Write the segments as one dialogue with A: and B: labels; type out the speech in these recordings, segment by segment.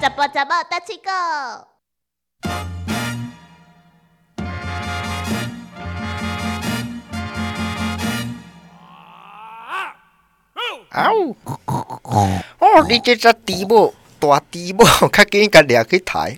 A: 怎么怎么大七狗？
B: 啊呜！哦，你这只猪母大猪 母，较紧甲掠去刣。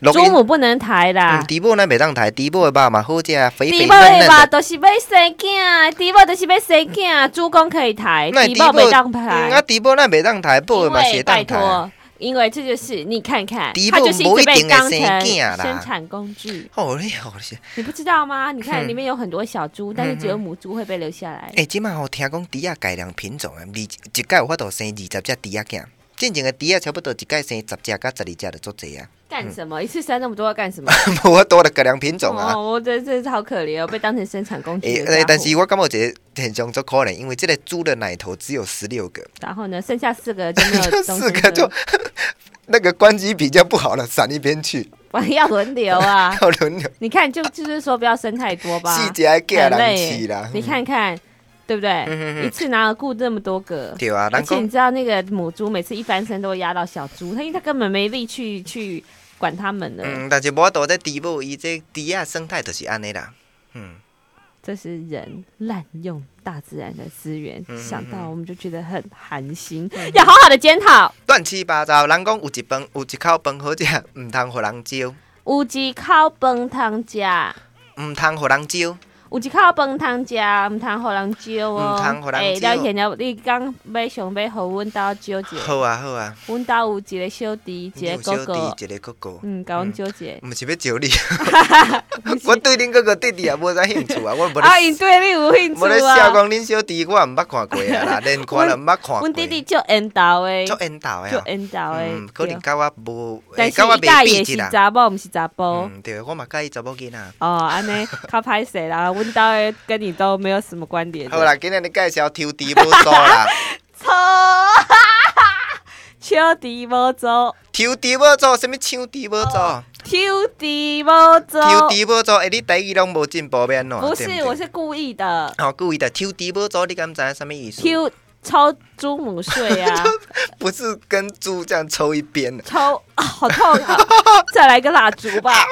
B: 录
C: 祖母不能抬啦
B: 嗯，。猪母咱袂当刣，猪母的肉嘛好食，肥
C: 猪
B: 肥
C: 母
B: 嫩嫩
C: 的肉
B: 的。
C: 就是要生囝，猪母就是要生囝，主公可以抬，猪
B: 那
C: 母
B: 母
C: 袂当
B: 嗯啊，
C: 抬，
B: 猪母咱袂当刣，
C: 因
B: 母的嘛是
C: 为
B: 会
C: 拜
B: 当刣。
C: 托，因为这就是你看看
B: 猪，母
C: 它就是
B: 不
C: 直
B: 一
C: 被
B: 定会
C: 当成
B: 生囝啦
C: 生产工具，
B: 哦，你好是，
C: 你不知道吗？你看
B: 嗯
C: 里面有很多小猪，但是只有母猪会被留下来。
B: 诶，即满吼听讲猪仔改良品种啊，二一届有法度生二十只猪仔囝。进前的猪仔差不多一届生十只到十二只就足 济啊，
C: 干什么？一次生那么多要干什么？
B: 无法度的改良品种啊。
C: 哦，我真真是好可怜哦，被当成生产工具
B: 诶、
C: 的家
B: 欸
C: 伙。
B: 但是我感觉有一个现象足可能，因为这个猪的奶头只有十六个，
C: 然后呢，剩下四个就没有
B: 这
C: 东西
B: 四个就
C: 了
B: 那个关机比较不好了，散一边去，。
C: 我要轮流啊
B: 要轮流。
C: 你看，就就是说不要生太多吧，
B: 细节还嫁
C: 很
B: 人
C: 累
B: 去啦
C: 耶。，你看看，对不
B: 嗯嗯
C: 对？
B: 嗯
C: 一次哪有顾这么多个
B: 嗯，？对啊，
C: 而
B: 人
C: 且你
B: 讲
C: 知道那个母猪每次一翻身都会压到小猪，它因为它根本没力去去管它们了。
B: 嗯，但是无法度在猪母，伊这猪仔生态就是安尼啦。嗯，
C: 这是人滥用大自然的资源，
B: 嗯嗯
C: 想到
B: 嗯
C: 我们就觉得很寒心，要好好的检讨。
B: 乱七八糟。人讲有一饭有一口饭好食，毋通互人招，
C: 有一口饭汤食，有
B: 毋通互人招。
C: 一口饭汤食，毋通互人招
B: 唔
C: 哦。
B: 通互人招
C: 了现了，你讲要想要互阮兜招者，
B: 好啊好啊，
C: 阮兜有一个小弟，
B: 你
C: 一
B: 有
C: 个
B: 小
C: 哥
B: 弟
C: 哥，
B: 一个哥哥，
C: 嗯，甲阮招者。
B: 毋是要招 你。 我对恁哥哥弟弟也无啥兴趣啊， 我无咧
C: 啊，因对你有兴
B: 无咧
C: 趣
B: 笑
C: 啊？
B: 讲恁小弟，我毋捌看过啊 啦，连看都毋捌看过。
C: 阮弟弟就缘投的，
B: 足缘投的
C: 就
B: 啊，
C: 缘投
B: 嗯
C: 的，，
B: 可能
C: 哦对
B: 甲我无，
C: 但
B: 欸
C: 是
B: 甲我
C: 伊家
B: 袂
C: 也
B: 比一
C: 是哦
B: 啦。
C: 查某，毋是查甫。
B: 嗯，对，我嘛介意查某囡仔。
C: 哦，安尼较歹势啦，阮兜的跟你都没有什么关联的。
B: 好啦，今日你介绍抽猪无数啦，
C: 错， 小弟无做，
B: 抽猪无数，什物抢猪无
C: 哦
B: 数，
C: 小弟无做，
B: 抽猪无数，哎，你第一拢无进步要安怎？
C: 不
B: 哦对
C: 是，
B: 对
C: 我是故意的。
B: 哦，故意的抽猪无数，你敢知影什么意思？
C: 抽抽祖母税 啊，
B: 不是跟猪这样抽一边的。
C: 抽啊，好痛啊！再来个蜡烛 吧，啊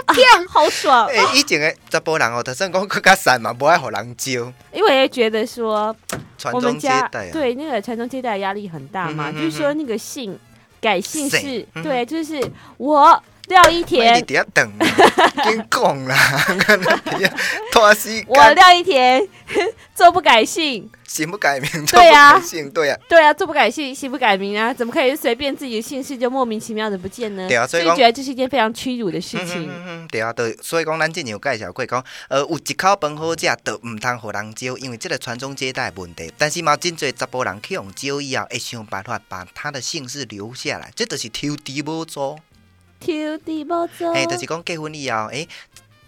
C: 好爽。
B: 哎，以前的查甫人哦，就算讲更较瘦嘛，无爱互人招，
C: 因为觉得说
B: 传
C: 我
B: 宗
C: 们
B: 接
C: 家
B: 代啊。
C: 对那个传宗接代的压力很大嘛，
B: 嗯哼
C: 就是说那个姓改姓氏
B: 姓，嗯
C: 对，就是我廖一
B: 你
C: 田，
B: 伫遐等啦，紧讲啦， 干那伫遐拖时
C: 我
B: 间，
C: 廖一田 做不改姓，
B: 行不改名，
C: 对啊
B: 做不改姓，对啊，
C: 对啊，做不改姓，姓不改名啊，怎么可以随便自己的姓氏就莫名其妙的不见呢？
B: 对啊所以
C: 就
B: 讲
C: 觉得这是一件非常屈辱的事
B: 嗯
C: 情。
B: 嗯嗯对啊，对，所以讲咱之前有介绍过，讲呃有一口饭好食，就毋通互人招，因为即个传宗接代的问题。但是嘛，真侪查甫人去用招以后，会想办法把他的姓氏留下来，这就是抽猪母猪。
C: Q D 包走，
B: 诶、就是讲结婚以后，诶、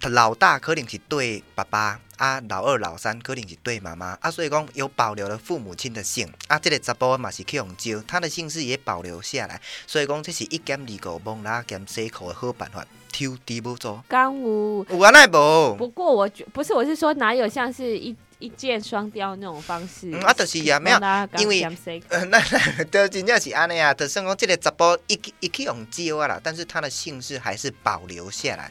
B: 老大可能是对爸爸，啊，老二、老三可能是对妈妈，啊，所以讲有保留了父母亲的姓，啊，这个查甫嘛是去用招，他的姓氏也保留下来，所以讲这是一减二个蒙啦减四口的好办法，抽猪母做。
C: 刚无
B: 有啊，那无，
C: 不过我觉不是，我是说哪有像是一一箭双雕那种方式、
B: 嗯啊就是啊没有因为呃， 那那就真正是安尼啊，就算讲这个查甫一一去用招啊啦，但是他的姓氏还是保留下来。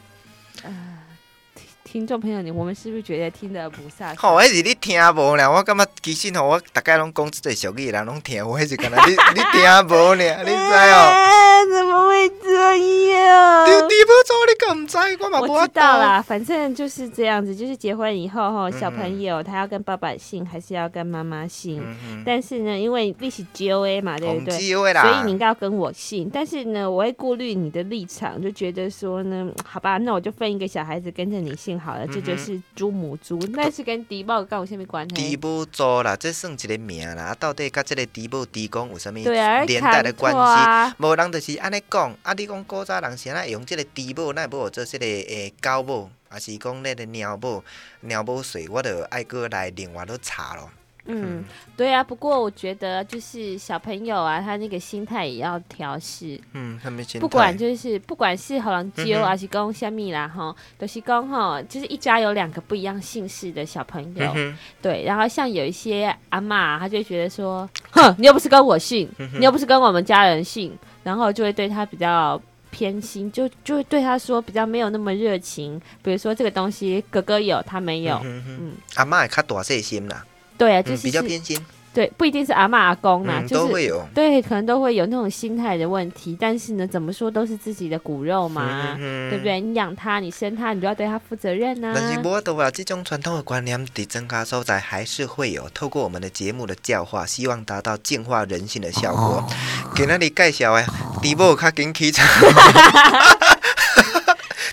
C: 听众朋友，你我们是不是觉得听得不下去？
B: 吼，迄是你听无啦，我感觉其实吼，我大概拢讲即个俗语的人拢听有，迄是敢若 你你听无呢？你知哦？
C: 啊怎么会这
B: 你
C: 样？
B: 你不做，你更毋知，我嘛无
C: 我
B: 法
C: 知
B: 度
C: 道。啦，反正就是这样子，就是结婚以后哈，
B: 嗯
C: 小朋友他要跟爸爸姓还是要跟妈妈姓？
B: 嗯嗯，
C: 但是呢，因为你是 G O A 嘛，对不
B: 红
C: 对？
B: 机会啦。
C: 所以你应嗯该要跟我姓，但是呢，我会顾虑你的立场，就觉得说呢，好吧，那我就分一个小孩子跟着你姓好了，这就
B: 嗯哼
C: 是猪母猪，那是跟迪豹跟我下面关
B: 猪
C: 系。
B: 母做啦，这算一个名啦，啊，到底甲即个猪母、猪公有啥物
C: 对啊，
B: 连带的关
C: 砍错
B: 系？
C: 啊，
B: 无人就是安尼讲，啊，你讲古早人是安会用即个猪母，那无做即个诶狗母，啊是讲咱个猫母，猫母水，我着爱过来另外落查咯。
C: 嗯，对啊。不过我觉得就是小朋友啊，他那个心态也要调试。
B: 嗯，他们心态
C: 不管就是不管是好人
B: 嗯
C: 揪
B: 哼
C: 还是讲虾米啦吼，都、就是讲吼，就是一家有两个不一样姓氏的小朋友，
B: 嗯哼，
C: 对。然后像有一些阿嬷，她就会觉得说，哼，你又不是跟我姓，
B: 嗯
C: 你又不是跟我们家人姓，然后就会对他比较。偏心就就会对他说比较没有那么热情，比如说这个东西哥哥有他没有，
B: 嗯哼
C: 嗯
B: 阿嬷会较大细心啦，
C: 对啊，就
B: 嗯，
C: 是
B: 比较
C: 是
B: 偏心，
C: 对，不一定是阿嬷阿公啦，
B: 嗯，
C: 就
B: 都
C: 是
B: 会有。
C: 对，可能都会有那种心态的问题。但是呢，怎么说都是自己的骨肉嘛，
B: 嗯
C: 对不？对？你养它，你生它，你就要对它负责任啊呐、
B: 但是无的话，这种传统的观念伫增加所在还是会有。透过我们的节目的教化，希望达到净化人性的效果。
C: 哦
B: 今仔日介绍的猪母较紧起 床，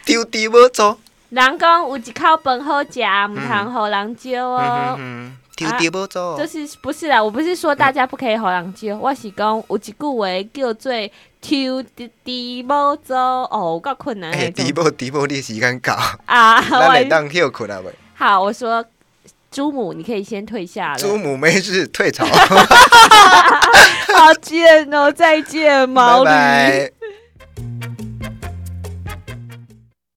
B: 丢猪母做，
C: 人讲有一口本好食，唔通互人招
B: 嗯
C: 哦。啊
B: 嗯哼哼，丢猪母做
C: 就，是不是啦？我不是说大家不可以互人招，我是讲有一句话叫做“抽滴滴毛走”，哦，有够困难
B: 哎，
C: 的
B: 猪母猪母，你时间到，
C: 啊！
B: 咱来
C: 我
B: 当休困啊未？
C: 好，我说朱母，你可以先退下了。
B: 祖母没事，退潮，
C: 好贱哦！再见，毛
B: 拜
C: 驴。
B: 拜。